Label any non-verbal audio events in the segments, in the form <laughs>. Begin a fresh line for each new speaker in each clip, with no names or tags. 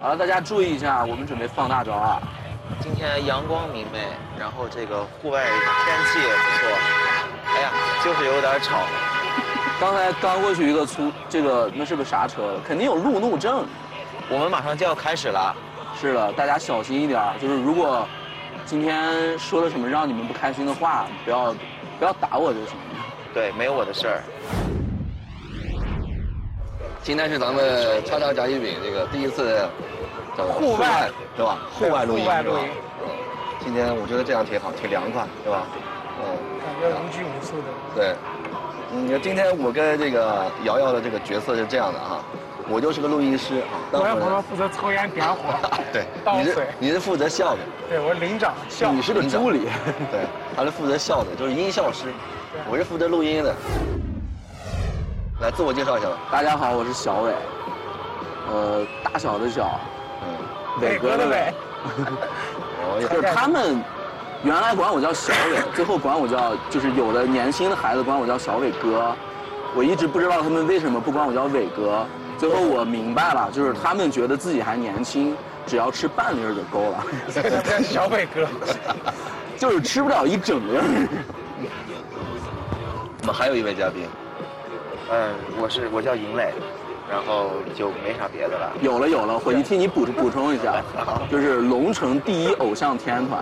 好了，大家注意一下，我们准备放大招啊！
今天阳光明媚，然后这个户外天气也不错。哎呀，就是有点吵。
刚才刚过去一个粗，这个那是个啥车？肯定有路怒症。
我们马上就要开始了。
是的，大家小心一点儿。就是如果今天说了什么让你们不开心的话，不要不要打我就行。
对，没有我的事儿。
今天是咱们川藏炸鸡饼这个第一次走
户外
对吧？户外露营
户外
是吧
露营
嗯，今天我觉得这样挺好，挺凉快，对吧？嗯，
感觉无拘无束的。
对。嗯，今天我跟这个瑶瑶的这个角色是这样的啊，我就是个录音师啊，但
我在
呢，
旁边负责抽烟点火
<laughs> 对，
倒
你是
水。
你是负责笑的，
对我领长笑
你，是个
助理，
<laughs> 对，他是负责笑的，就是音效师，我是负责录音的。来自我介绍一下吧，
大家好，我是小伟，呃，大小的小，
嗯，
伟哥的伟。
我也
就是他们原来管我叫小伟，最后管我叫就是有的年轻的孩子管我叫小伟哥，我一直不知道他们为什么不管我叫伟哥。最后我明白了，就是他们觉得自己还年轻，只要吃半粒儿就够了， <laughs>
这个叫小伟
<laughs>
哥。
就是吃不了一整粒儿。
我们还有一位嘉宾，
嗯，我是我叫尹磊，然后就没啥别的了。
有了有了，回去替你补补充一下，就是龙城第一偶像天团，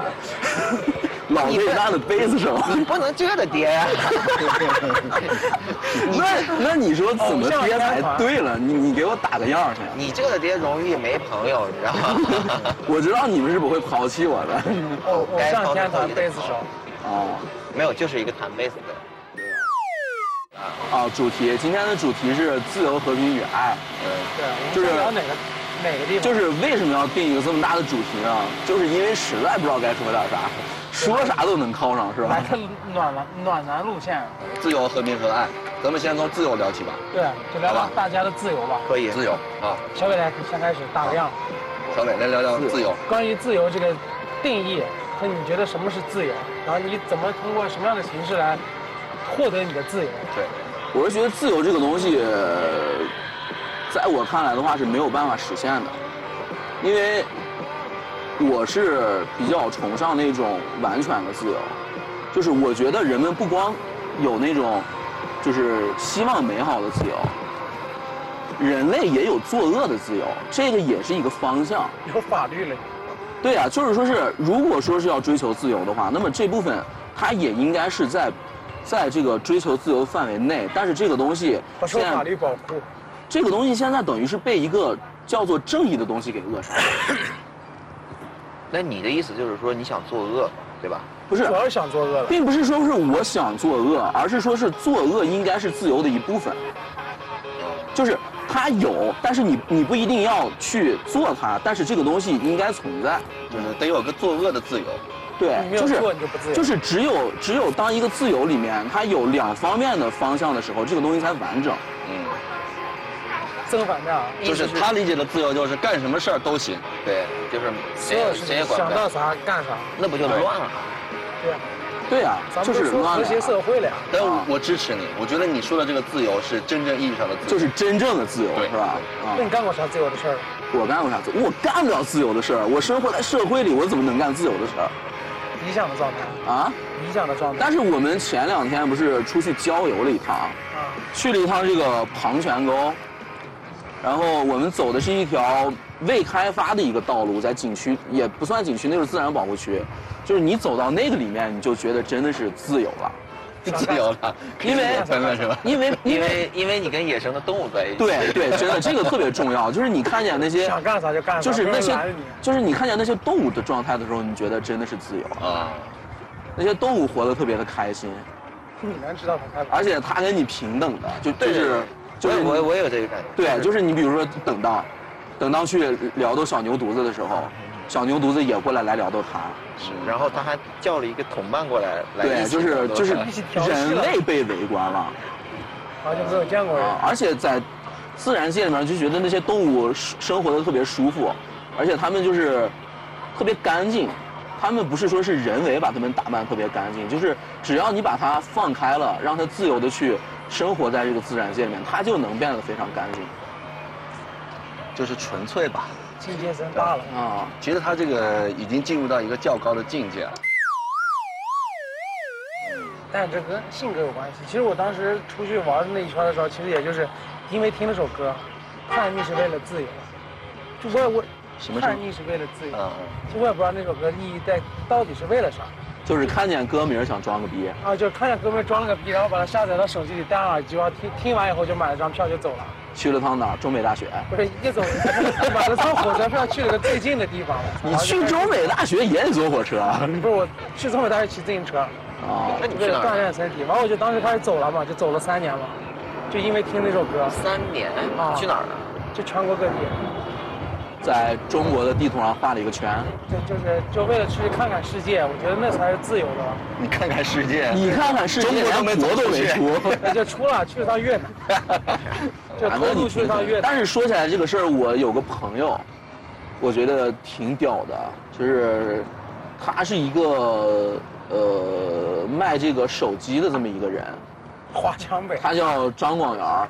老对大的贝斯手。 <laughs>
你不能这个
<laughs>
爹呀、
那那你说怎么憋才对了？你你给我打个样儿去。
你这个爹容易没朋友，你知
<laughs>
道吗？
我知道你们是不会抛弃我
<laughs>
的。
偶偶
该
像
跑的
哦天
跑
团
也得
贝斯手
跑，
哦
没有，就是一个弹贝斯的。
哦，主题今天的主题是自由、和平与爱，
嗯，
对，我们
就是
在聊哪个哪个地方？
就是为什么要定一个这么大的主题呢？就是因为实在不知道该说点啥，说啥都能靠上，是吧
来？个暖男暖男路线，
自由、和平和爱，咱们先从自由聊起吧，
对，就聊
好
聊
吧
大家的自由吧。
可以
自由啊，
小伟来先开始打个样，
小磊来聊聊自由，
关于自由这个定义和你觉得什么是自由，然后你怎么通过什么样的形式来获得你的自由？
对，
我是觉得自由这个东西，呃在我看来的话是没有办法实现的，因为我是比较崇尚那种完全的自由，就是我觉得人们不光有那种就是希望美好的自由，人类也有作恶的自由，这个也是一个方向。
有法律了，
对啊，就是说是，如果说是要追求自由的话，那么这部分它也应该是在，在这个追求自由范围内。但是这个东西
不受
现
法
在，
律保护。
这个东西现在等于是被一个叫做正义的东西给扼杀了，
那你的意思就是说你想作恶，对吧？
不是
主，要是想作恶了。
并不是说是我想作恶，而是说是作恶应该是自由的一部分，
嗯
就是它有，但是你你不一定要去做它，但是这个东西应该存在。
就是得有个作恶的自由，
对
嗯你没，有
就是
做你就不自由
就是只有只有当一个自由里面它有两方面的方向的时候，这个东西才完整。
嗯，
正反面啊，
就是他理解的自由就是干什么事儿都行，
对，就是
所
谁
有
也
事
谁
情
也管
想
不
到
了，
啥干啥，
那不就乱了？
对，
对啊，
咱
就
们不
是
说
乱
和
了
谐社会了呀。
但
啊
我支持你，我觉得你说的这个自由是真正意义上的自由，
就是真正的自由，
对
是吧？啊
那，你干过啥自由的事儿？
我干过啥自由？我干不了自由的事儿。我生活在社会里，我怎么能干自由的事儿
理想的状态，
啊？
理想的状态。
但是我们前两天不是出去郊游了一趟，
啊，
去了一趟这个庞泉沟，然后我们走的是一条未开发的一个道路，在景区也不算景区，那是自然保护区，就是你走到那个里面，你就觉得真的是自由了，
自由了，
因为
分了是吧？
因为 <laughs>
因为因为你跟野生的动物在一起，
对对，真的这个特别重要，就是你看见那些
想干啥就干啥，
就是那
没人
些
拦着你。啊
就是你看见那些动物的状态的时候，你觉得真的是自由，
啊，
那些动物活得特别的开心，
你能知道他干嘛？
而且它跟你平等的，就就
对
是就
我
是
也
你
我也我也有这个感觉。
对，就是你比如说等到，等到去撩逗小牛犊子的时候，小牛犊子也过来来撩逗它。
是，然后他还叫了一个同伴过来，来
对，
一起
就是
合作
就是
一起调戏
人
了
类被围观了
好久没有见过人。
啊！而且在自然界里面就觉得那些动物生生活的特别舒服，而且它们就是特别干净。它们不是说是人为把它们打扮得特别干净，就是只要你把它放开了，让它自由的去生活在这个自然界里面，它就能变得非常干净。
就是纯粹吧，
进阶层大了。
啊，
觉得他这个已经进入到一个较高的境界了。
但这跟性格有关系。其实我当时出去玩那一圈的时候，其实也就是因为听了首歌，《叛逆是为了自由》，就我也我
什么什么
叛逆是为了自由，
呃
啊，
就我也不知道那首歌意义在到底是为了啥。
就是看见歌名想装个逼。
啊，就是看见哥们装了个逼，然后把它下载到手机里，戴上耳机，然后听听完以后就买了张票就走了。
去了趟哪儿？中北大学。
不是一走，买了张火车票去了个最近的地方。
你去中北大学也得坐火车啊？
不是我去从我当时骑自行车，
啊
那你去
为了
哪
锻
儿？
炼身体。完我就当时开始走了嘛，就走了三年嘛，就因为听那首歌，
三年
啊？
去哪儿呢？
就全国各地。
在中国的地图上画了一个圈。
对，就是就为了出去看看世界，我觉得那才是自由的吧。
啊
你看看世界，
你看看世
中
界
国都没
连
走
国都
出去
没出。 <laughs>
那就出了，去了趟越南，就
反
偷
正
渡
你
去了趟越南。
但是说起来这个事儿，我有个朋友，我觉得挺屌的，就是他是一个呃卖这个手机的这么一个人，
华强北，
他叫张广元儿，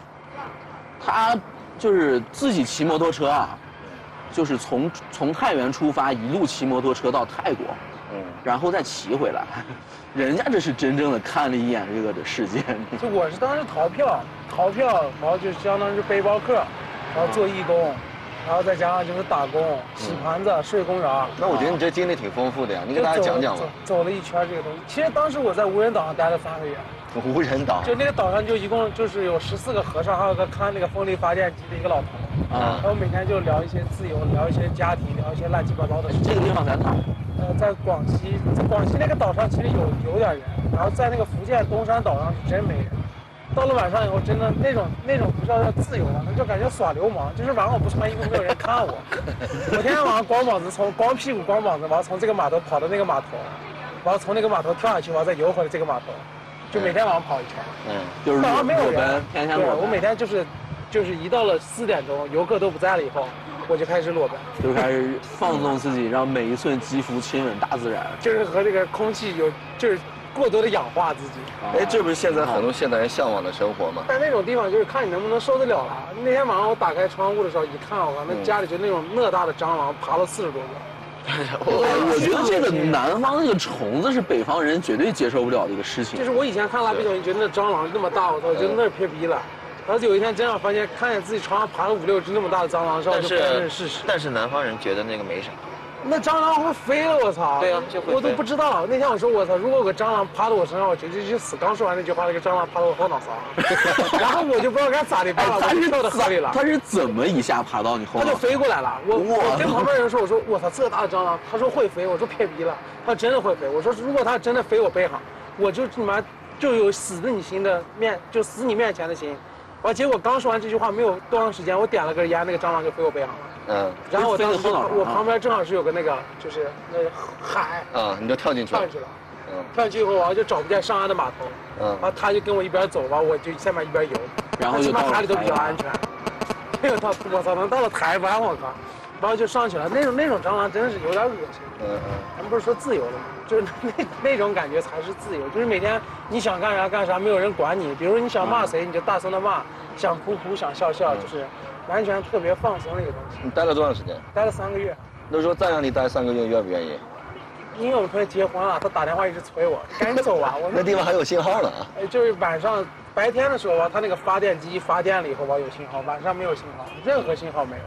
他就是自己骑摩托车啊，就是从从太原出发，一路骑摩托车到泰国，
嗯，
然后再骑回来。 <laughs> 人家这是真正的看了一眼这个的世界， <laughs>
就我是当时逃票，逃票，然后就相当于是背包客，然后做义工，然后再加上就是打工、洗盘子、睡公园。
那我觉得你这经历挺丰富的呀，嗯你给
就
大家
走
讲讲吧
走。走了一圈这个东西，其实当时我在无人岛上待了三个月，
无人岛
就那个岛上就一共就是有十四个和尚，还有个看那个风力发电机的一个老头，
啊
然，后每天就聊一些自由，聊一些家庭，聊一些乱七八糟的事
这
情。
个地方在哪儿？
呃，在广西，在广西那个岛上其实有有点人，然后在那个福建东山岛上是真没人。到了晚上以后，真的那种那种不知道叫自由啊，那就感觉耍流氓，就是晚上我不穿衣服没有人看我，我天天晚上光膀子从光屁股光膀子，完了从这个码头跑到那个码头，完了从那个码头跳下去，完了再游回来这个码头，就每天晚上跑一圈。
嗯，
就是
岛上没有
裸
人
奔，，天天
对
裸奔。
我每天就是就是一到了四点钟，游客都不在了以后，我就开始裸奔。
就开始放纵自己，让每一寸肌肤亲吻大自然。
就是和这个空气有就是过多的氧化自己。
哎，这不是现在很多现代人向往的生活
<laughs>
吗？
但那种地方就是看你能不能受得了了。那天晚上我打开窗户的时候，一看我靠，那
嗯
家里就那种偌大的蟑螂爬了四十多个，
我我觉得这个南方这个虫子是北方人绝对接受不了的一个事情
就。是我以前看蜡笔小新觉得那蟑螂那么大，我操，我觉得那儿撇逼了。然后有一天真让我发现，看见自己床上爬了五六只那么大的蟑螂的时候，我
但
就承认
是
事实。
但是南方人觉得那个没啥，
那蟑螂会飞了，我操！
对啊就会飞
我都不知道。那天我说我操，如果有个蟑螂趴到我身上，我绝对去死。刚说完那句话，那个蟑螂趴到我后脑勺，
<laughs>
然后我就不知道该咋的办了，啊
哎
我就跳到河里了。
它哎是怎么一下爬到你后
它
脑
就？飞过来了。我
哇
我跟旁边人说，我说我操，这大的蟑螂，他说会飞，我说骗逼了，它真的会飞。我说如果它真的飞我背上，我就你妈就有死在你心的面，就死你面前的心。完，结果刚说完这句话，没有多长时间，我点了根烟，那个蟑螂就飞我背上了。
嗯，
然后我
飞
当
到
时
后脑勺
我旁边正好是有个那个，就是那个海
啊，你就跳进去
跳
了
进。去了，
嗯
跳进去以后，然后就找不见上岸的码头。然后
嗯，
他就跟我一边走吧，我就下面一边游，
然后就
起码
到了
海里都
台
比较
湾
安全。这个到我操，能到了台湾，我靠！然后就上去了，那种那种蟑螂真的是有点恶心。
嗯嗯。
咱们不是说自由了吗？就是那那种感觉才是自由，就是每天你想干啥干啥，没有人管你。比如你想骂谁，你就大声的骂；想哭哭，想笑笑，
嗯
就是完全特别放松的一个东西。
你待了多长时间？
待了三个月，
那时候再让你待三个月，愿不愿意？
因为我们同学结婚啊了，他打电话一直催我，赶紧走啊！我
那
说
地方还有信号呢啊！
哎，就是晚上白天的时候吧，它那个发电机发电了以后吧有信号，晚上没有信号，任何信号没有，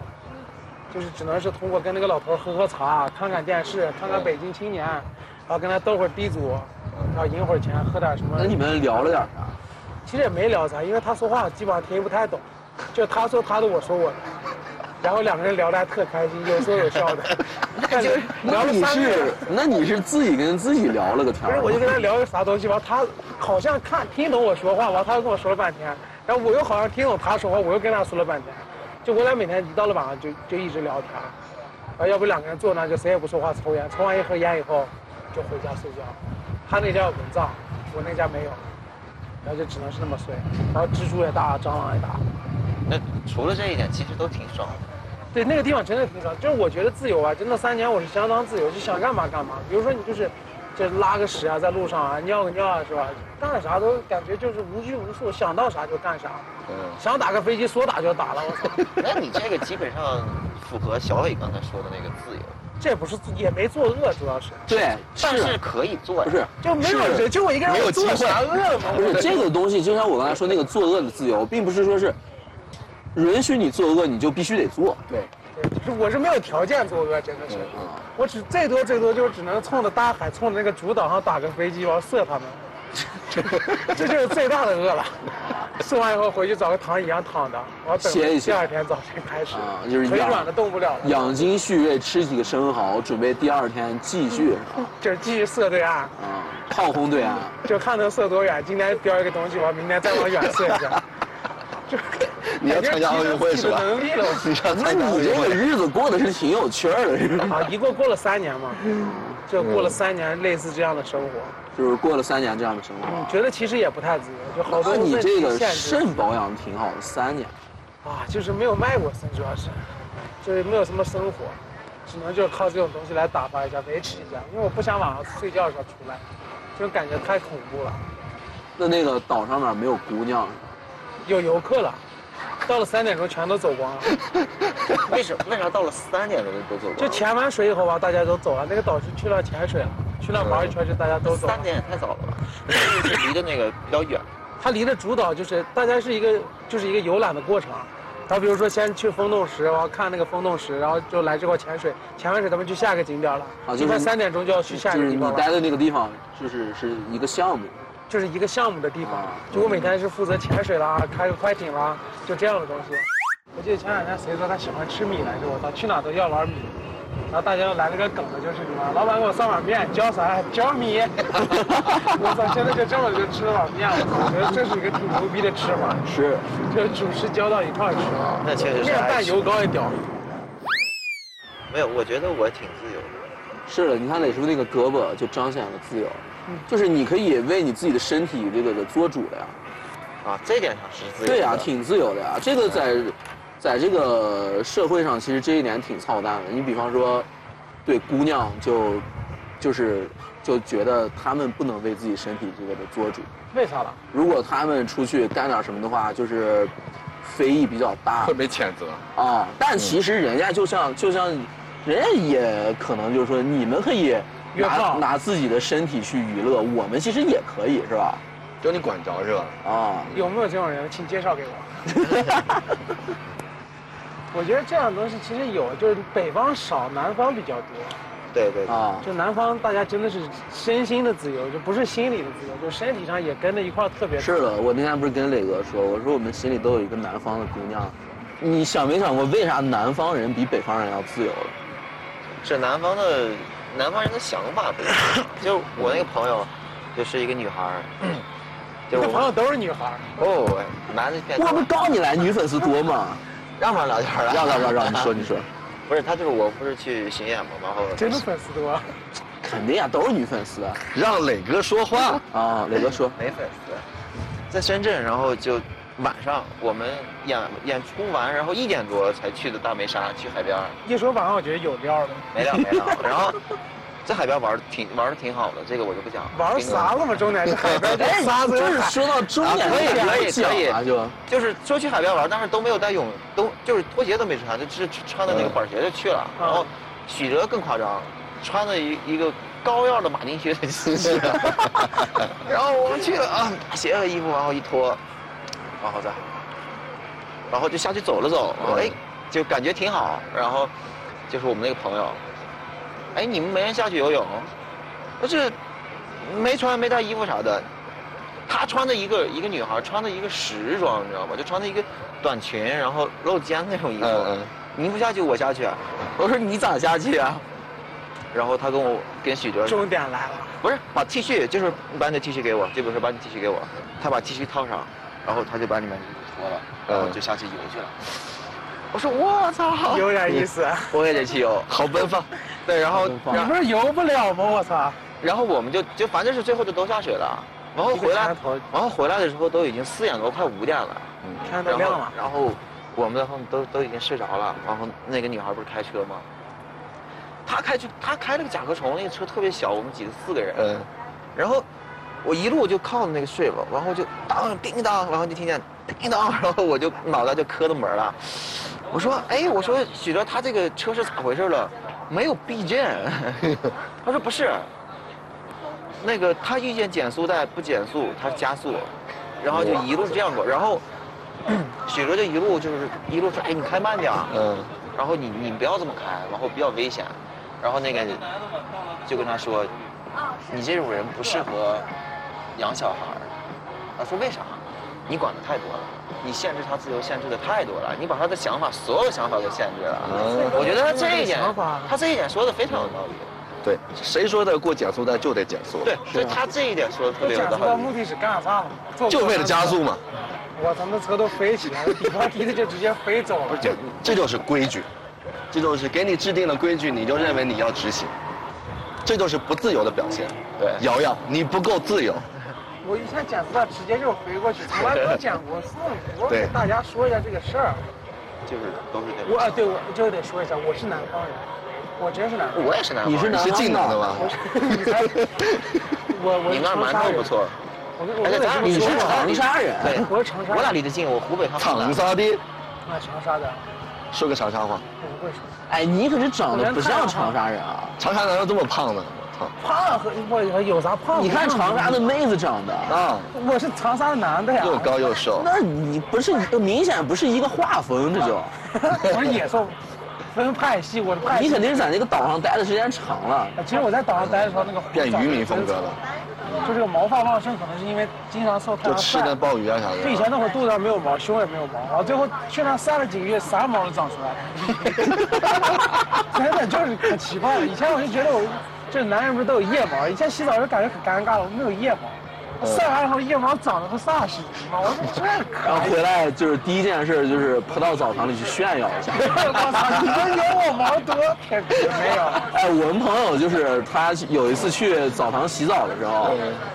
就是只能是通过跟那个老头喝喝茶，看看电视，看看《北京青年》，然后跟他斗会儿地主，然后赢会儿钱，喝点什么。
那你们聊了点啥？
其实也没聊啥，因为他说话基本上听不太懂，就他说他的，我说我的，然后两个人聊得还特开心，有说有笑的，但是聊
<laughs> 那
了
你
三个月 <laughs>
是那你是自己跟自己聊了个天
不
儿
是，
吗？
我就跟他聊个啥东西吧，他好像看听懂我说话，完他又跟我说了半天，然后我又好像听懂他说话，我又跟他说了半天，就我俩每天一到了晚上就就一直聊天，然后要不两个人坐那就谁也不说话抽烟，抽完一盒烟以后就回家睡觉。他那家有蚊帐，我那家没有，然后就只能是那么睡，然后蜘蛛也大，蟑螂也大。
那除了这一点，其实都挺爽的。
对，那个地方真的挺爽，就是我觉得自由啊，真的三年我是相当自由，就想干嘛干嘛。比如说你就是，这拉个屎啊，在路上啊，尿个尿啊，是吧？干啥都感觉就是无拘无束，想到啥就干啥，
<laughs>
嗯，
想打个飞机说打就打了，我操！ <laughs>
那你这个基本上符合小伟刚才说的那个自由，
这也不是自己也没作恶，主要是
对，
啊
但是可以做呀。
不是
就没有
是
人，就我一个人
没有
我做
机会
啥恶嘛？
不 <laughs> 是这个东西，就像我刚才说那个作恶的自由，并不是说是允许你作恶，你就必须得做。
对，
就是我是没有条件作恶，真的是，
嗯
我只最多最多就是只能冲着大海，冲着那个主岛上打个飞机，然后射
<laughs>
他们，这就是最大的恶了。射完以后回去找个躺椅上躺着，然后等
歇一
着
歇
第二天早晨开始
啊，就是
腿
养
软的动不了了，
养精蓄锐，吃几个生蚝，准备第二天继续
就是继续射对岸，
啊，炮轰对岸。
就看能射多远。今天标一个东西，我明天再往远射一下。就
<laughs> 你要参加奥运会是吧
感觉提升自己的能力了，
<laughs> 你要参加
那
我觉得
奥运会，
你这个日子过得是挺有趣儿的，是吧
啊，一共过了三年嘛，
嗯
就过了三年类似这样的生活，
就是过了三年这样的生活
嗯
啊。
觉得其实也不太自由，就好多
那你
问
这
题
个
限制
肾保养挺好的，三年。
啊，就是没有卖过身，主要是，就是没有什么生活，只能就是靠这种东西来打发一下、维持一下，因为我不想晚上睡觉的时候出来，就感觉太恐怖了。
那那个岛上面没有姑娘，
有游客了，到了三点钟全都走光了，
<laughs> 为什么为啥到了三点钟就走光了？
就潜完水以后吧，大家都走了，那个岛是去那潜水了，去那玩一圈就大家都走了
三。点也太早了吧？就是离的那个比较远，
它离的主岛就是大家是一个就是一个游览的过程，然后比如说先去风洞石，然后看那个风洞石，然后就来这块潜水，潜完水咱们去下一个景点了，
啊就是
一般三点钟就要去下一
就
个
是
地
你
方了。
待的那个地方，就是是一个项目。
就是一个项目的地方
啊。
就我每天是负责潜水啦、开个快艇啦，就这样的东西。我记得前两天谁说他喜欢吃米来着，我操，去哪都要碗米。然后大家又来了个梗的，就是什么，老板给我上碗面，浇啥？浇米。 <laughs> 我操，现在就这么就吃了碗面，我操，我觉得这是一个挺牛逼的吃法，
是，
就是主食浇到一块儿吃，
<laughs> 那确实是
面
爱
拌
吃
油膏也屌。
没有，我觉得我挺自由的。
是的，你看磊叔那个胳膊就彰显了自由，
嗯
就是你可以为你自己的身体这个做主的呀。
啊，这点上是自由的。
对呀、挺自由的呀。这个在，在这个社会上，其实这一点挺操蛋的。你比方说，对姑娘就，就是就觉得她们不能为自己身体这个的做主。
为啥了？
如果她们出去干点什么的话，就是非议比较大
会被谴责。
啊。
嗯
但其实人家就像就像，人家也可能就是说，你们可以
约
拿
炮
拿自己的身体去娱乐，我们其实也可以，是吧？
就你管着是吧？
啊，
有没有这种人？请介绍给我。 <laughs> 我觉得这样的东西其实有，就是北方少，南方比较多。
对对对。
啊，
就南方大家真的是身心的自由，就不是心理的自由，就身体上也跟着一块儿特别。
是的，我那天不是跟磊哥说，我说我们心里都有一个南方的姑娘，你想没想过为啥南方人比北方人要自由了？
是南方的南方人的想法不一样。就我那个朋友，就是一个女孩儿，就
我的
我
朋友
们
都是女孩儿，
哦，男的偏多
我不告你来，女粉丝多
<laughs>
吗？
让不让聊天儿了？
要要要要，你
<laughs>
说你说，
不是他就是我不是去巡演嘛，然后
真的粉丝多。
肯定呀，都是女粉丝啊
让磊哥说话。
啊！磊哥说，
没粉丝，在深圳，然后就晚上我们演演出完，然后一点多才去的大梅沙，去海边儿
一说晚上我觉得有料了，
没了没
<laughs>
了，然后在海边玩儿挺玩的挺好的，这个我就不讲了。
玩啥了嘛？重点是海边就沙子
就
有
哎是
海，
说到重点，
哎啊可以
这个
可以
讲
可以
啊，就
就是说去海边玩，但是都没有带泳，都就是拖鞋都没穿，就只只穿的那个板鞋就去了。
嗯
然后许哲更夸张，穿的一一个高腰的马丁靴就去
<laughs>
了。然后我们去了啊，把鞋和衣服往后一脱，然后再，然后就下去走了走，
嗯
然后哎，就感觉挺好。然后就是我们那个朋友，哎，你们没人下去游泳？不是没穿没带衣服啥的，她穿的一个一个女孩穿的一个时装，你知道吗？就穿的一个短裙，然后露肩那种衣服。
嗯嗯
你不下去，我下去。啊我说你咋下去啊？然后她跟我跟许哲
重点来了，
不是把 T 恤，就是你把你的 T 恤给我，就比如说把你 T 恤给我，她把 T 恤套上，然后她就把里面衣服脱了，
嗯
然后就下去游去了。我说我操，
有点意思。
我也得
<laughs>
去游，好奔放。对，然后
好奔放
然
<laughs>
后
你不是游不了吗？我操！
然后我们就就反正是最后就都下水了，然后回
一
来
个拳头，
然后回来的时候都已经四点多快五点了，
天都
然
亮
后
了，
然后我们在后面都都已经睡着了，然后那个女孩不是开车吗？她开去她开了个甲壳虫，那个车特别小，我们几个四个人，
嗯，
然后我一路就靠那个睡吧，然后就当叮当，然后就听见叮当，然后我就脑袋就磕到门了，我说，哎，我说许哲他这个车是咋回事了？没有避震。 <laughs> 他说不是，那个他遇见减速带不减速，他加速，然后就一路这样过，然 <clears throat> 后许哲就一路就是一路说，哎，你开慢点儿。
嗯，
然后你你不要这么开，然后比较危险。然后那个就跟他说，你这种人不适合养小孩儿。他说为啥？你管的太多了，你限制他自由限制的太多了，你把他的想法所有想法都限制了。
嗯
我觉得他这一点
想法，
他这一点说的非常有道理。
对，谁说的过减速带就得减速？
对，，所以他这一点说的特
我
别有
讲
道
这个
理。
目的是干啥？做
就为了加速嘛，
我他妈车都飞起来了，底 <laughs> 盘低的就直接飞走了。
这这就是规矩，
这就是给你制定了规矩，你就认为你要执行，
这就是不自由的表现。
对
瑶瑶，你不够自由。
我一下讲不到，直接就回过去，从来没有讲过送我给
对
大家说一下这个事儿。
就是都是这种。
我啊，对，我就得说一下，我是南方人，我真是南方人。
我也是南方
你是
人，
南
是
方
济南的
我
吗？
是你才，我我
你
是
那儿
长
馒
沙
头
人
不。错。
我跟我
而且
跟
咱俩
你
你
说
是
过啊
长沙人
对，
我是长沙人
我俩离得近，我湖北他湖南
长沙的，
啊，长沙的，
说个长沙话。
我不会说。
哎，你可是长得不像长沙人啊！
长沙哪有这么胖的？我操！
胖和我有啥胖？
你看长沙的，妹子长得，
啊，
我是长沙的男的呀。
又高又瘦，
那你不是明显不是一个画风，这就，
我是野兽，分派系，我的派系。
你肯定是在那个岛上待的时间长了。
啊其实我在岛上待的时候，那个
变渔民风格，了，
就这个毛发旺盛，可能是因为经常受太
就
阳
吃那
晒。
鲍鱼啊啥
就以前
的。
那会儿肚子上没有毛，胸也没有毛，然后最后去那晒了几个月，啥毛都长出来了。 <laughs> 真的就是可奇怪了。以前我就觉得我，就是男人不是都有腋毛？以前洗澡就感觉很尴尬了，我没有腋
嗯
毛。晒完以后腋毛长得和啥似的，我说这
然
可
后
啊
回来就是第一件事就是跑到澡堂里去炫耀一下。
我操！你们有我毛多 <laughs> 舔皮没有？
哎，我们朋友就是他有一次去澡堂洗澡的时候，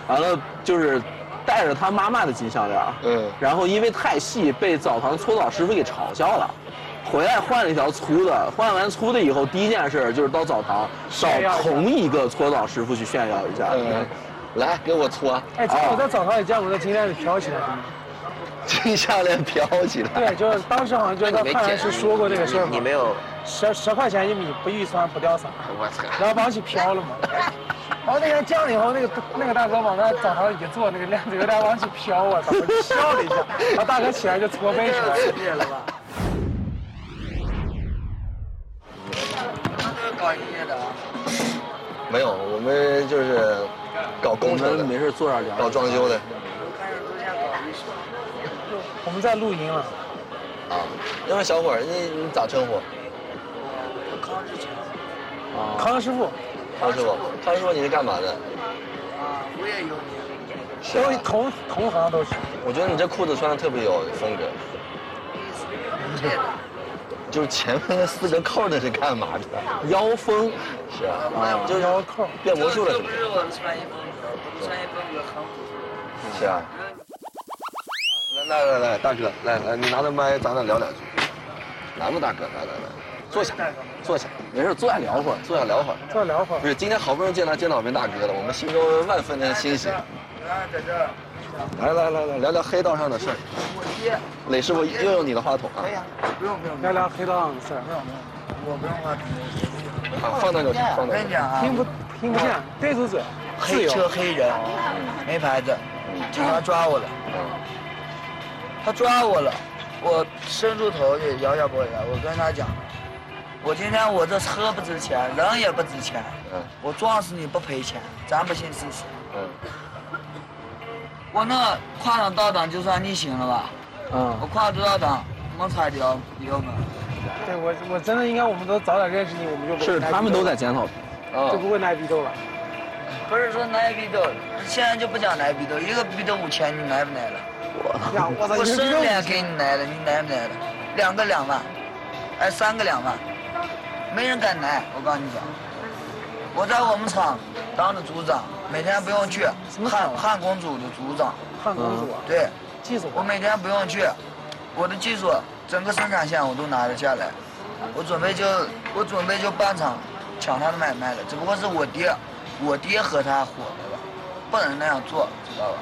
完了就是带着他妈妈的金项链，
嗯
然后因为太细被澡堂搓澡师傅给嘲笑了。回来换了一条粗的，换完粗的以后，第一件事就是到澡堂找
炫耀一下
同一个搓澡师傅去炫耀一下。
嗯，来给我搓， <laughs>
哎，真的我在澡堂里见过在金链里飘起来。
金项链飘起来。
对，就是当时好像就是
那
在
你没
看来
见
是说过这个事儿
你
嘛
你。没有，
十十块钱一米不预算不掉色，
我操！
然后往起飘了嘛。然后那天降了以后，那个那个大哥往那澡堂里一坐，那个链子有点往起飘，啊我操，我就笑了一下。然后大哥起来就搓背去了，灭了吧？
没有，我们就是搞
我
工程
们
的，
没事坐这儿聊。
搞装修的。
我们在录音了，
啊，那位小伙儿，你你咋称呼？
啊，
康师傅，
康师傅，康师傅你是干嘛的？
都是同同行都是。
我觉得你这裤子穿的特别有风格。就是前面那四个扣儿那是干嘛的？
腰封，
是啊，
啊
就是
然后扣儿，
变魔术了
这
是不
不
是？
是我的穿衣风格，我的穿衣风格很古
是啊。来来来来，大哥，来来，你拿着麦，咱俩聊两句。来吧，大哥，来来来，坐下，坐下，
没事坐下聊会儿。
坐下聊会儿。
坐聊会儿
不。是，今天好不容易见到见到我们大哥了，我们心中万分的欣喜。来来来来，聊聊黑道上的事儿。磊师傅又用你的话筒
哎
啊，
聊聊黑道上的事儿，
啊，放那就行，放
我
那
跟
就
你
行。
讲啊，
听不听不见，对住嘴，自
黑
由。
车黑人，没牌子，警察抓我了，他抓我了，我伸出头去摇摇脖子，我跟他讲，我今天我这车不值钱，人也不值钱，
嗯
我撞死你不赔钱，咱不信试试。
嗯
我那跨档倒档就算逆行了吧，
嗯
我，跨度倒档猛踩油油门，
对我，我真的应该，我们都早点认识你，我们就不会
是
挨
他们
批斗
都在
了
检讨。
啊
就不会挨批斗了。
不是说奶逼斗，现在就不讲奶逼斗，一个逼斗五千，你来不来了？
呀，我操，你
我生
这
脸给你来了，你来不来了？两个两万，哎，三个两万，没人敢来。我告诉你讲，我在我们厂当着组长，每天不用去，汉汉工组的组长，
汉公主啊，
对
技术
我每天不用去，我的技术整个生产线我都拿得下来，我准备就我准备就办厂抢他的买卖了，只不过是我爹，我爹和他火了了，不能那样做，知道吧？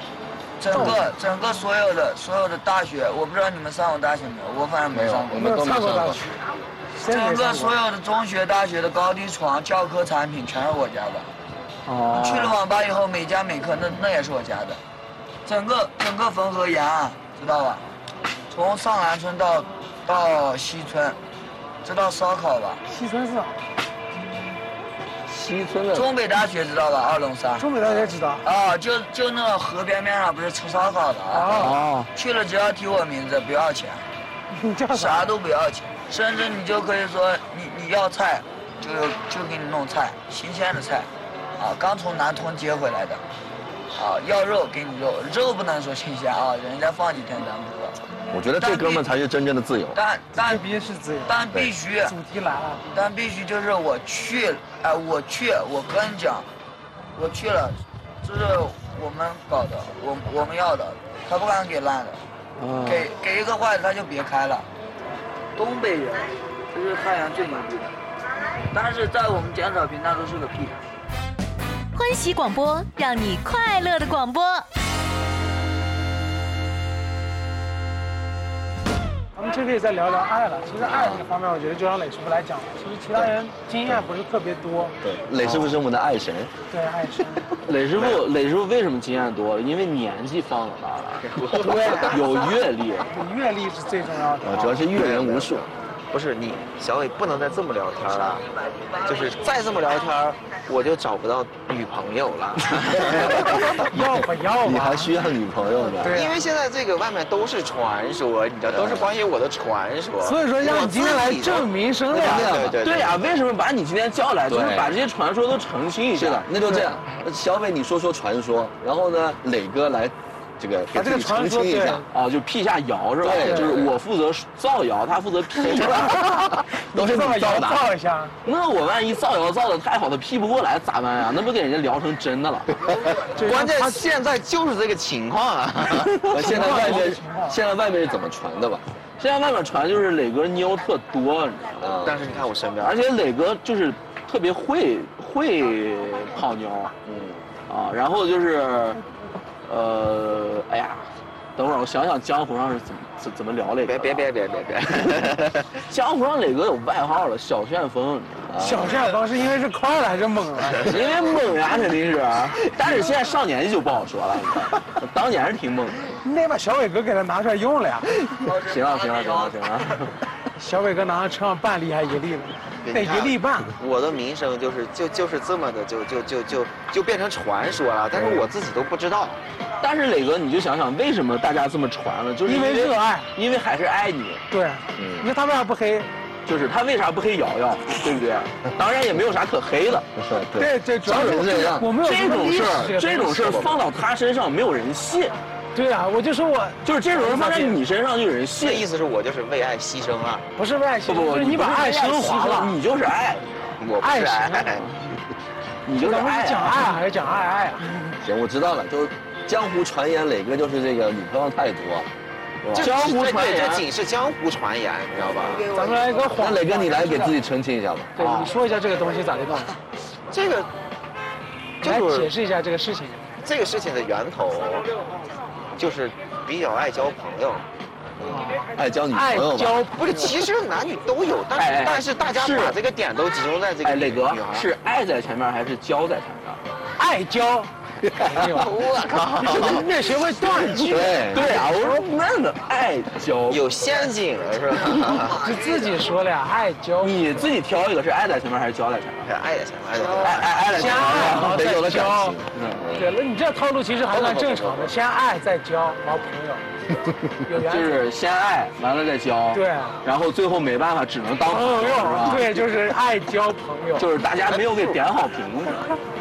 整个整个所有的所有的大学，我不知道你们上过大学没有，我反正
没
没
有
上，过
我。们都没上
上过大
过
学。真没
整个
上过
所有的中学、大学的高低床、教科产品全是我家的。
哦
去了网吧以后，每家每课那那也是我家的，整个整个汾河沿岸，啊知道吧？从上兰村到到西村，知道烧烤吧？
西村寺，啊
西村的
中北大学知道吧？二龙山。
中北大学知道。
啊，就就那个河边边上不是吃烧烤的啊？
啊，
哦，
去了只要提我名字，不要钱，
你叫 <laughs>
啥？都不要钱，甚至你就可以说你你要菜，就就给你弄菜，新鲜的菜，啊，刚从南通接回来的，啊，要肉给你肉，肉不能说新鲜啊，人家放几天咱不说，
我觉得这哥们才是真正的自由。
但
这
但
必是自由。
但必须
主题来了，
但必须就是我去，哎、我去，我跟你讲，我去了，这是我们搞的，我我们要的，他不敢给烂的，
嗯
给给一个坏的他就别开了。东北人，这是汉阳最牛逼的，但是在我们减少评那都是个 <laughs> 屁。
欢喜广播，让你快乐的广播。
咱们其实可以再聊聊爱了。其实爱这个方面，我觉得就让磊师傅来讲。其实其他人经验不是特别多，
对，磊师傅是我们的爱神。
对爱是。
磊师傅，磊师傅为什么经验多？因为年纪放到那儿
<laughs>
了，对，有阅历。
阅历是最重要的。
啊，主要是阅人无
哦
数。
不是你，小伟不能再这么聊天了，就是再这么聊天，我就找不到女朋友了。
<laughs> 要不要
你
吧
还？需要女朋友呢？
对
因
啊
为现在这个外面都是传说，你知道，都是关于我的传说。
所以说让你今天来证
明。
明声量。
啊
对对
对呀、啊为什么把你今天叫来，就是
对
把这些传说都澄清一下。
是的，那就这样。那小伟，你说说传说，然后呢，磊哥来这个
把
给
啊这
自
个
己
传
澄
说
清一
对
下。
哦，就辟下谣是吧？
对对
就是我负责造谣，他负责辟。 <laughs>
都是
这么
你
摇
造的啊。
造一下，
那我万一造谣造的太好，他辟不过来咋办呀？那不给人家聊成真的了？
就
关
让
键
他
现在就是这个情况
<laughs>
啊！
呃现在外面
情况，
现在外面是怎么传的吧？
现在外面传就是磊哥妞特多，你知道吗？
啊，
但是你看我身边，
而且磊哥就是特别会会泡妞
嗯，
啊，然后就是，呃，哎呀，等会儿我想想江湖上是怎么怎怎么聊磊哥
别
的。
别别别别别， <laughs>
江湖上磊哥有外号了，小旋风，你知道吗
小帅当是因为是快了还是猛了？
<laughs>
因为猛呀肯定是，但是现在上年纪就不好说了，当年是挺猛的。
你得把小伟哥给他拿出来用了呀。
行
啊
了行了行了行啊了，
小伟哥拿到车上半粒还一粒呢，得一粒半。
我的名声就是就就是这么的，就就就就就变成传说了，但
嗯
是我自己都不知道。
但是磊哥你就想想为什么大家这么传了，就是
因为热爱，
因为还是爱你。
对，你说他为啥不黑？
就是他为啥不黑瑶瑶，对不对？当然也没有啥可黑的。
不是，对。
对，这主要
就是这
是
样
我们有
这种事儿，这种事儿
放
放到他身上没有人信，
对啊，我就说我
就是这种事儿放在你身上就有人
这意
信。
思是我就是为爱牺牲啊，
不是为爱
不
情，
不，
就是
不
你把爱升华了。
你就是爱，
我不是爱。
你就是
咱们
爱
是讲
啊。
爱还是讲爱爱啊？
行，我知道了，就是江湖传言，磊哥就是这个女朋友啊太多。
<laughs> 这
江湖传言
这仅是江湖传言，你知道吧？
咱们来一个
那
谎。
磊哥，你来给自己澄清一下吧。
对，你说一下这个东西咋地弄？
这个
你来
就是嗯
解释一下这个事情。
这个事情的源头就是比较爱交朋友，
爱交女朋
爱
友吧。
交
不是，其实男女都有，但是、
哎哎
但是大家
是
把这个点都集中在这个
哎，磊哥
女孩
是爱在前面还是交在前面？
爱交，没
<laughs>
有，
我靠，
你得学会断句。
对
对啊，我说那的爱交，
有陷阱了是
<laughs>
吧？ <laughs>
你自己说了呀，爱交。
你自己挑一个是爱在前面还是交在前面？
爱也哎行，爱也
爱
行，
爱爱嗯在前
先爱，然后
面，
得
再
有了感
交
情。
对了，你这套路其实还算正常的，先爱再交，玩朋友，有缘
就
分。
是先爱完了再交，
对
然后最后没办法只能当
朋友
啊是吧
用，，哦对，就是爱交朋友。
就是大家没有给点好评。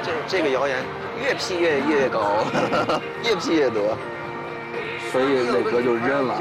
这这个谣言越辟越越高，越辟越多。
所以磊哥就认了。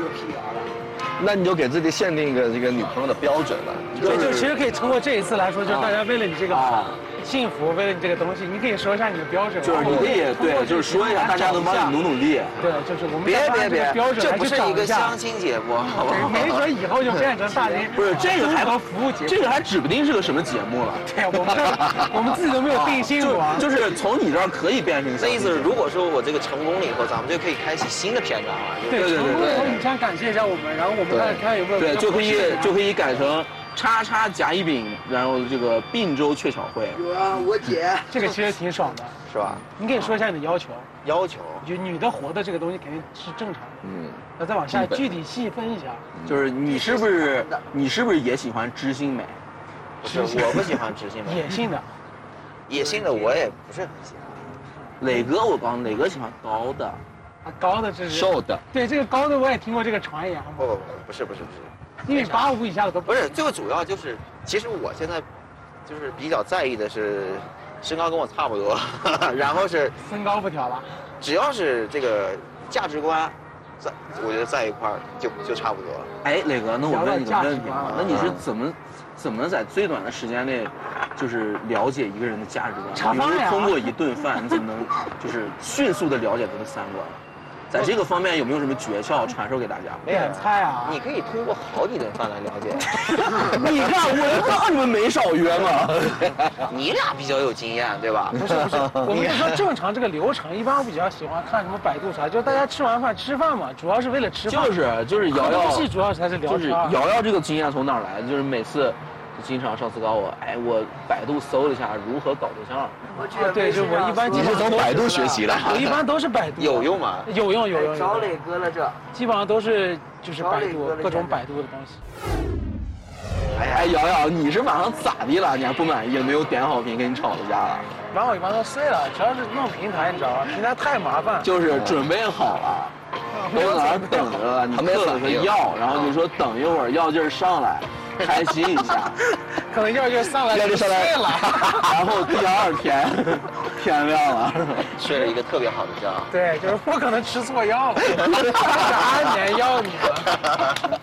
那你就给自己限定一个这个女朋友的标准了。
对，就其实可以通过这一次来说，就是大家为了你这个
啊，
幸福，为了你这个东西，你可以说一下你的标准。
就是你可以
然后我
对，就是说一下，大家能帮你努努力。
对，就是我
<laughs>
们
别
再把
别
这个
别
标，准
这
来
不
去
是
找
一个
下
相亲节目，好不好？
没
<laughs>
准以后就变成大连
不是这个还
综合服务节目 <laughs>
这个还指不定是个什么节目了。
对我
<laughs>
们这我们自己都没有定性过啊。
就就是从你这儿可以变成
这意思是，
如
如果说我这个成功了以后，咱们就可以开启新的篇章了。
对
对对对
成功
对
以后你先感谢一下我们，然后我们
对
看看有没有
对
比较
就可以
合适的
就可以改成叉叉甲乙丙，然后这个并州鹊桥会。
有啊，我姐。
这个其实挺爽的。
是吧？
你可以说一下你的要求，
要求
就女的活的这个东西肯定是正常的，
嗯，
那再往下
基本
具体细分一下。
就是你是不是你是不是也喜欢知心美？
不是，我不喜欢知性
野
的，
性的，
野性的我也不是很喜欢。
磊哥，我告诉你，磊哥喜欢高的。
啊高的这是。
瘦的，
对这个高的我也听过这个传言，
不不不，不是不是不是，
一米八五以下的都
不是最主要就是，其实我现在就是比较在意的是身高跟我差不多， <laughs> 然后是
身高不挑了。
只要是这个价值观在，我觉得在一块儿就就差不多了。
哎，磊哥，那我问你个问题啊，
聊到价值观了嗯
那你是怎么怎么在最短的时间内，就是了解一个人的价值
炒
观？比
饭呀
如说通过一顿饭，你怎么能就是迅速的了解他的三观？在这个方面有没有什么诀窍传授给大家？
点菜啊，
<laughs> 你可以通过好几顿饭来了解。
你看，我知道你们没少约嘛。
<laughs> 你俩比较有经验，对 <laughs> 吧？
不是不是，我们就说正常这个流程，一般我比较喜欢看什么百度啥，就是大家吃完饭吃饭嘛，主要是为了吃饭。
就是就是
聊
瑶
东
瑶，
西主要才是聊
就是
天儿。
瑶瑶这个经验从哪儿来的？就是每次就经常上次告我，哎，我百度搜了一下如何搞对象，
我去
啊对就我一般
你是从百度学习的，
我一般都是百度。
有用吗？
有用有用
哎找
有
磊
用，
哥了这，
基本上都是就是
找
百
磊
度
哥了
各种
现在
百度的东西。
哎，瑶瑶，你是晚上咋的了？你还不满意？没有点好评，跟你吵了架了？
然后我一般都睡了，主要是弄平台，你知道吧？平台太麻烦。
就是准备好了，都在那儿等着了，你
还没
嗑了
反
个
应
药，然后你说等一会儿药劲儿上来，开心一下，
可能要就上来
要就上来
睡了。
<laughs> 然后第二天天亮了，
睡了一个特别好的觉。 <laughs>
对，就是不可能吃错药了， <laughs> 啥安眠药你们？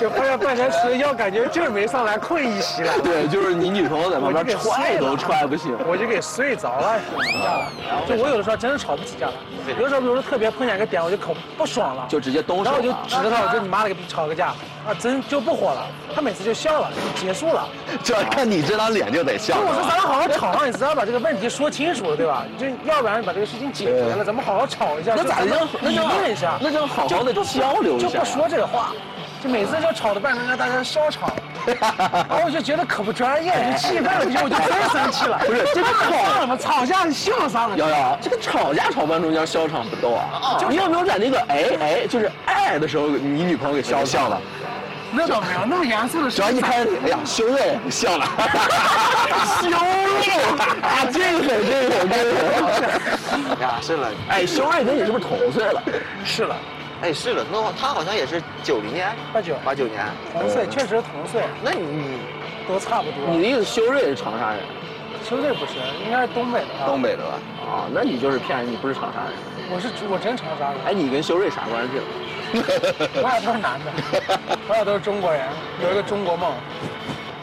就发现半天吃药，感觉劲儿没上来，困意袭来，
对，就是你女朋友在旁
我就
边
给
踹
睡
都
了
踹不醒。
我就给睡着了，睡不下了。就我有的时候真的吵不起架来，有的时候比如说特别碰见一个点，我就口不爽了，
就直接动手
然后我就
了，
指着他，我说你妈了个逼，吵个架啊，真就不火了。他每次就笑了，就结束了。
这看你这张脸就得笑
所以我
是
说咱们
吧。
好好吵啊，你只要把这个问题说清楚了，对吧？就要不然把这个事情解决了，咱们好好吵一下，
那咋
就
能
咱们？
那
理
就
论一下，
那就好好的
哦就不
交流一下。
就不说这个话，就每次就吵到半天，让大家笑
<laughs>
场，然后我就觉得可不专业，就气愤了，就我就真生气了。
<laughs> 不是这个
<laughs> 吵
吵
上了嘛，吵架笑上了。
瑶瑶，这个吵架吵半中间笑场不逗啊？你有没有在那个哎哎，就是哎的时候，你女朋友给笑
笑了，
那倒没有，那么严肃的事
主要一开始，哎呀，羞泪笑了，
<laughs> 羞辱啊！这个狠，这个狠，这个狠！
呀，啊是了，
哎，修睿跟你是不是同岁了？
是了，
哎，是了，那他好像也是九零年，
八九
啊
八九年。
同岁确实同岁，
那你
都差不
你
多。
的意思修睿是长沙人
球队不是，应该是东北的吧？
东，北的吧？ <laughs>
啊？那你就是骗人，你不是长沙人。
我是我真长沙人。
哎，你跟修睿啥关系了？
我俩都是男的，我俩都是中国人，有一个中国梦，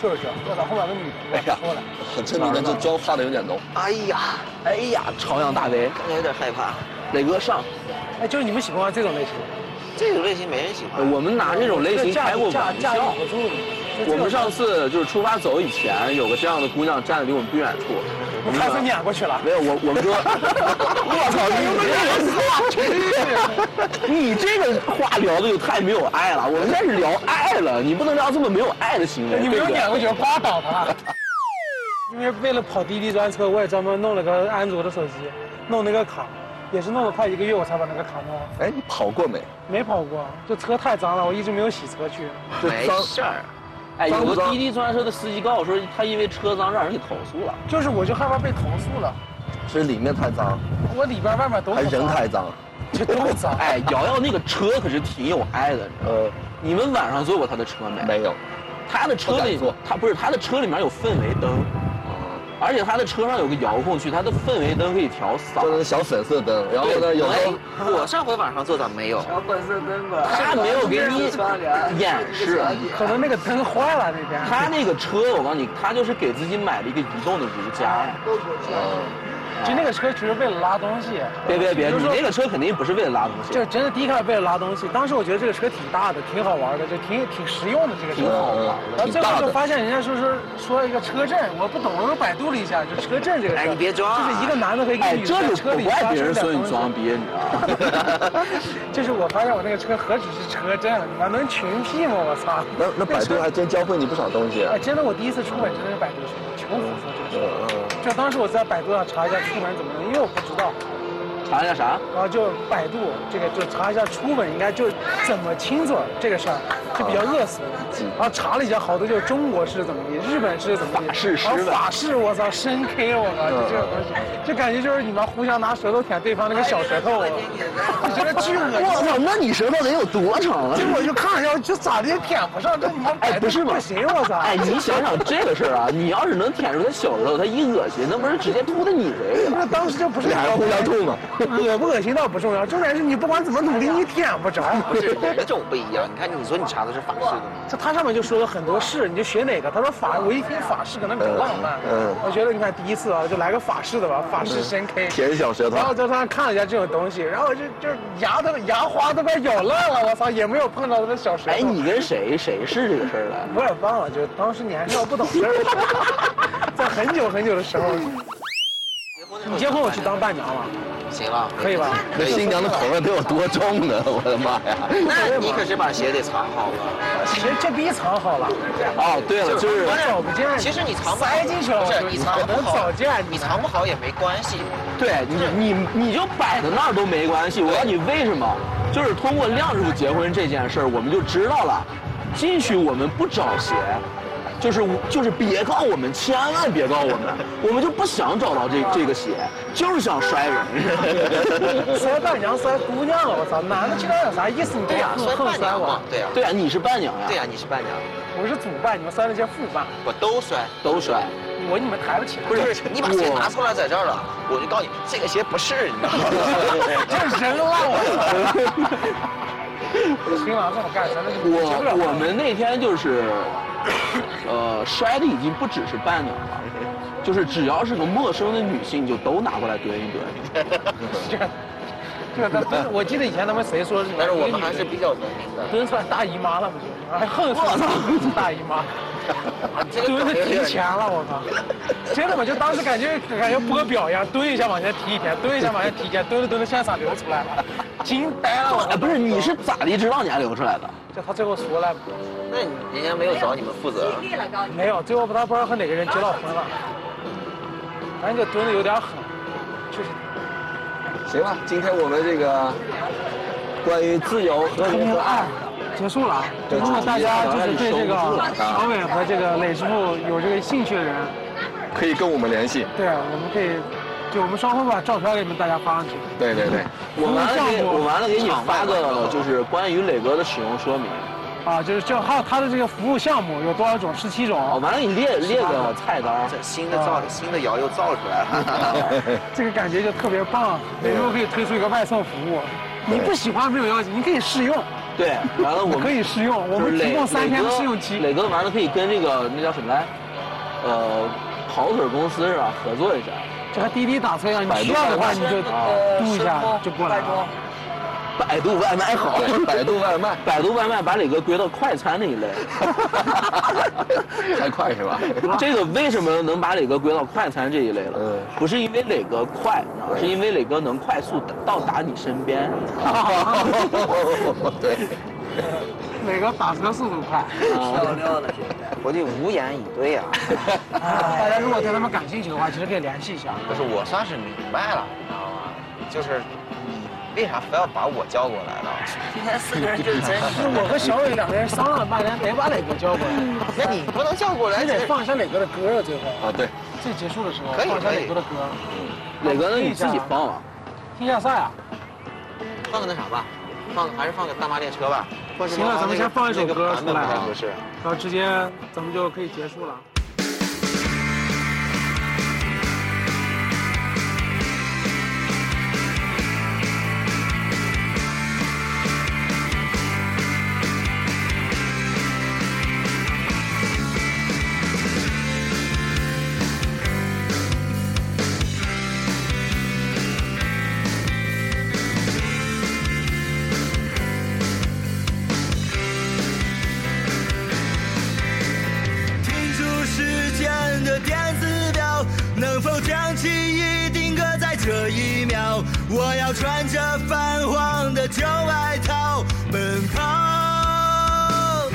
就是这。我操，后面有个女的，我说了，
这里面这妆化的有点浓，
哎呀，
哎呀，朝阳大为，
感觉有点害怕。
磊哥上，
哎，就是你们喜欢玩这种类型的，
这种类型没人喜欢。
哎我们拿这种类型
就架
开过
架
玩
架
笑。
不住你。就这种
我们上次就是出发走以前，有个这样的姑娘站的离我们不远处，
我差点撵过去了，
没有，我我们 <laughs> 说，我操，你这个话聊的就太没有爱了。我们开始聊爱了，你不能聊这么没哎有爱的行为，
你
对
没有
不对
撵过去，我扒倒他。因为为了跑滴滴专车，我也专门弄了个安卓的手机，弄那个卡，也是弄了快一个月我才把那个卡弄了，
哎，你跑过没？
没跑过，就车太脏了，我一直没有洗车去。
没事儿，
哎，
脏
有
不
个
脏
滴滴专车的司机告诉我说，他因为车脏让人给投诉 <laughs> 了。
就是我就害怕被投诉了，
是里面太脏，
我里边外面都
还
很
是人
脏
太脏？
就都脏。
哎，瑶瑶那个车可是挺有爱的，你知道吗
呃，
你们晚上坐过他的车没？
没有。
他的车
不敢
里
坐，
他不是他的车里面有氛围灯。
啊，
而且它的车上有个遥控器，它的氛围灯可以调哎色
做。那个小粉色灯，然后呢，有时候
我上回晚上做的没有，
小粉色灯吧，
它没有给你
窗帘，
演示，
可能那个灯坏了那天。
它那个车我告诉你，它就是给自己买了一个移动的如家。
其实那个车只是为了拉东西，
别别别，
就
你
是说
那个车肯定不是为了拉东西，
就真的第一开始为了拉东西。当时我觉得这个车挺大的，挺好玩的，就挺挺实用的这个车。
嗯
挺好玩的。
然后最后就发现人家说说说一个车震，我不懂，我百度了一下，就车震这个事儿。
哎你别装啊
就是一个男的可以给
哎，
女
这
的在
是
车
我
里
不爱
发
别
生
人
点
说你
东西
装逼，你知道吗？
<laughs> 就是我发现我那个车何止是车震，你妈能群 P 吗？我操！
那那百度
车
还真教会你不少东西。啊嗯
哎，真的，我第一次出门真的是百度学的，穷死了
哎
这个车。就当时我在百度上查一下出门怎么弄，因为我不知道，
查一下啥？
然后就百度这个就查一下出门应该就怎么亲嘴儿这个事儿，就比较热死
啊嗯
人。然后查了一下，好多就是中国式怎么地，日本式怎么地，
法式诗嗯
然后
吧
法式我操深 K 我操，就这种东西，就感觉就是你们互相拿舌头舔对方那个小舌头，我觉得巨恶心。
我操，那你舌头得有多长啊
结果就看了一下，这咋的也舔不上，这你妈
哎，不是吗？
不行，我操！
哎，你想想这个事儿啊，你要是能舔出他小舌头，他一恶心，那不是直接吐在你嘴里
不
了？
是当时就不是
你还互相吐吗？
恶不恶心倒不重要，重点是你不管怎么努力，你舔
<laughs>
不着。
不是人的种不一样。你看，你说你查的是法式的吗？
这它上面就说了很多式，你就学哪个？他说法，我一听法式可能比较浪漫，
嗯
我觉得你看第一次啊，就来个法式的吧，法式深 K。
舔小舌头
然，后在他看了一下这种东西，然后就就是牙都牙花都快咬烂了，我操，也没有碰到他的小舌头。
哎，你跟谁谁是这个事儿了？
我也忘了，啊就当时年少不懂事儿，在很久很久的时候。你结婚我去当伴娘了，
行了，
可以吧？
那新娘的口味得有多重呢？我的妈呀！
那你可是把鞋得藏好了。
其实这逼藏好了，
哦，对了，就是
我找不见。
其实你藏不好
塞进去了，
不
我
是
说
你藏不
我
好，
早见
你藏不好也没关系。
对你你你就摆在那儿都没关系。我告诉你为什么，就是通过亮师傅结婚这件事儿，我们就知道了，进去我们不找鞋。就是就是别告我们，千万别告我们，我们就不想找到这这个鞋，就是想摔人。
<laughs>
<laughs>
摔伴娘摔姑娘了，我操！男的去那有啥意思？你
对哎呀，
呀，
算
横
伴
摔
娘
我
嘛，，对呀，
对啊，你是伴娘呀，
对呀，你是伴娘，
我是主伴，你们摔了些副伴，
我都摔。
都摔。
我你们抬不起来。
不是，你把鞋拿出来在这儿了，我就告诉你，这个鞋不是，你知道 <laughs> 吗？
这人烂我
<laughs>
操！新郎这么干，咱们就结不了婚
我我们那天就是，呃，摔的已经不只是伴娘了，就是只要是个陌生的女性，就都拿过来蹲一蹲。
这这咱真的，我记得以前他们谁说什么？
但是我们还是比较文明的。
蹲出来大姨妈了，不是？还横死大姨妈，
啊
蹲的提前了，我靠！真的，我就当时感觉感觉播表一样，蹲一下往前提一天，蹲一下往前提一天，蹲着蹲着现在嗓流出来了，惊呆了
哎，
我！
不是，你是咋的知道你还流出来的？
就他最后说了，
那人家没有找你们负责，
没有，最后他不知道和哪个人结了婚了，反正就蹲的有点狠，就是
行了，今天我们这个关于自由和
特
民
别
和
爱
爱，
结束了啊。
对
如果大家就是对这个
收不住了
小伟和这个磊师傅有这个兴趣的人，
可以跟我们联系。
对，我们可以，就我们稍后把照片给你们大家发上去。
对对对，
我完了给我完了给你发
场
个
外
就是关于磊哥的使用说明，
啊，就是就还有他的这个服务项目有多少种，十七
哦，
种，
完了你列列个菜单。
这新的造新的窑又造出来 <laughs> 了。
这个感觉就特别棒。每周可以推出一个外送服务，你不喜欢没有要紧，你可以试用，
对，完了我们
可以试用，我
就是
们
磊
提供三天
磊哥
试用期。
磊哥完了可以跟这个那叫什么来，呃，跑腿公司是吧合作一下。
这个滴滴打车呀，你需要的话你就啊嘟一下就过来了。
百度外卖好，
百度外卖
百度外卖把磊哥归到快餐那一类。
还快是吧？
这个为什么能把磊哥归到快餐这一类了
嗯？
不是因为磊哥快，你知道吗是因为磊哥能快速地到达你身边。
<laughs>
啊
对，
磊哥打车速度快。
啊，
我就无言以对 <laughs> 啊。
大家如果对他们感兴趣的话，其实可以联系一下。
但是我算是明白了，你知道吗？就是你为啥非要把我叫过来呢？ <laughs>
今天四个人就是真
就是我和小伟两个人商量半天，没把磊哥叫过来，
那你不能叫过来，
还
哎这
得放一下磊哥的歌啊，最后
啊对，
最结束的时候
可以
放一下磊哥的歌，
磊哥，那你自己放吧。
听一下赛啊。
放个那啥吧，放个还是放个大妈列车吧。或者
行了咱们先放一首歌
那个版本
出来
不太
啊
合适。
然后直接咱们就可以结束了。
这一秒，我要穿着泛黄的旧外套奔跑。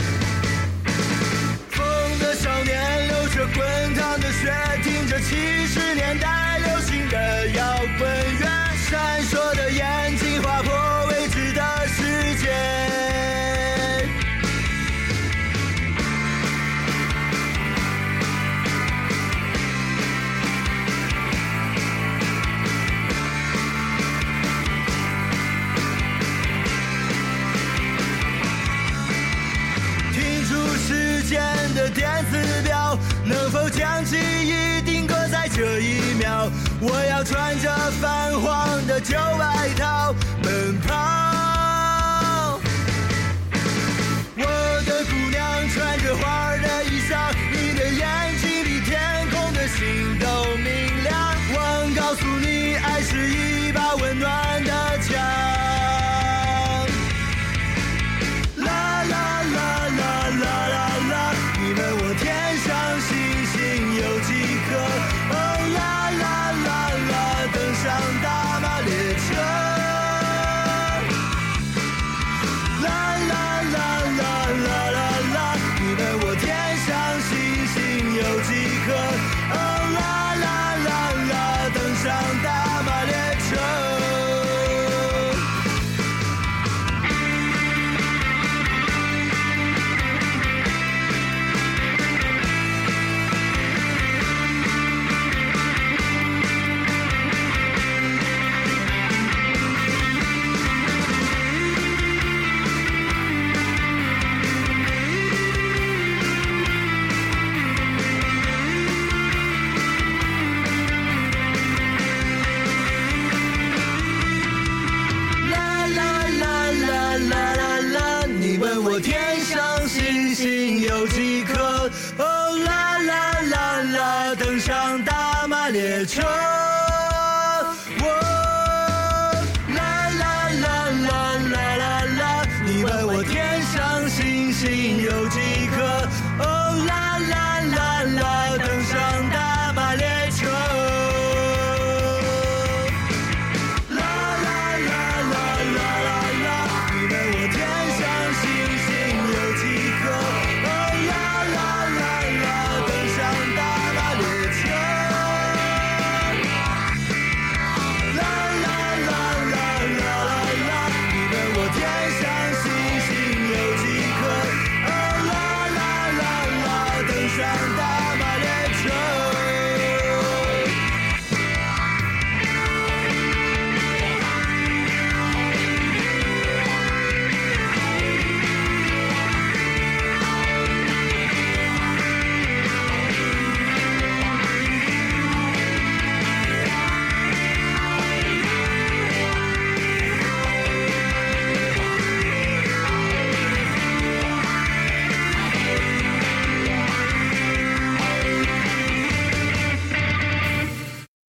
疯的少年流着滚烫的血，听着七十年代流行的摇滚乐，闪烁的眼睛划破未知的世界。停住时间的电子表，能否将记忆定格在这一秒？我要穿着泛黄的旧外套奔跑。我的姑娘穿着花儿的衣裳，你的眼睛比天空的星都明亮。我告诉你，爱是一把温暖的枪。啦啦啦啦啦啦啦，你问我天上星星有几颗？哦啦啦啦啦，登上大马列车。啦啦啦啦啦啦啦，你问我天上星星有几颗？哦啦啦啦啦，登上大马列车。啦啦啦啦啦啦啦，你问我天上星星有几颗？哦啦啦啦啦，登上大马列车。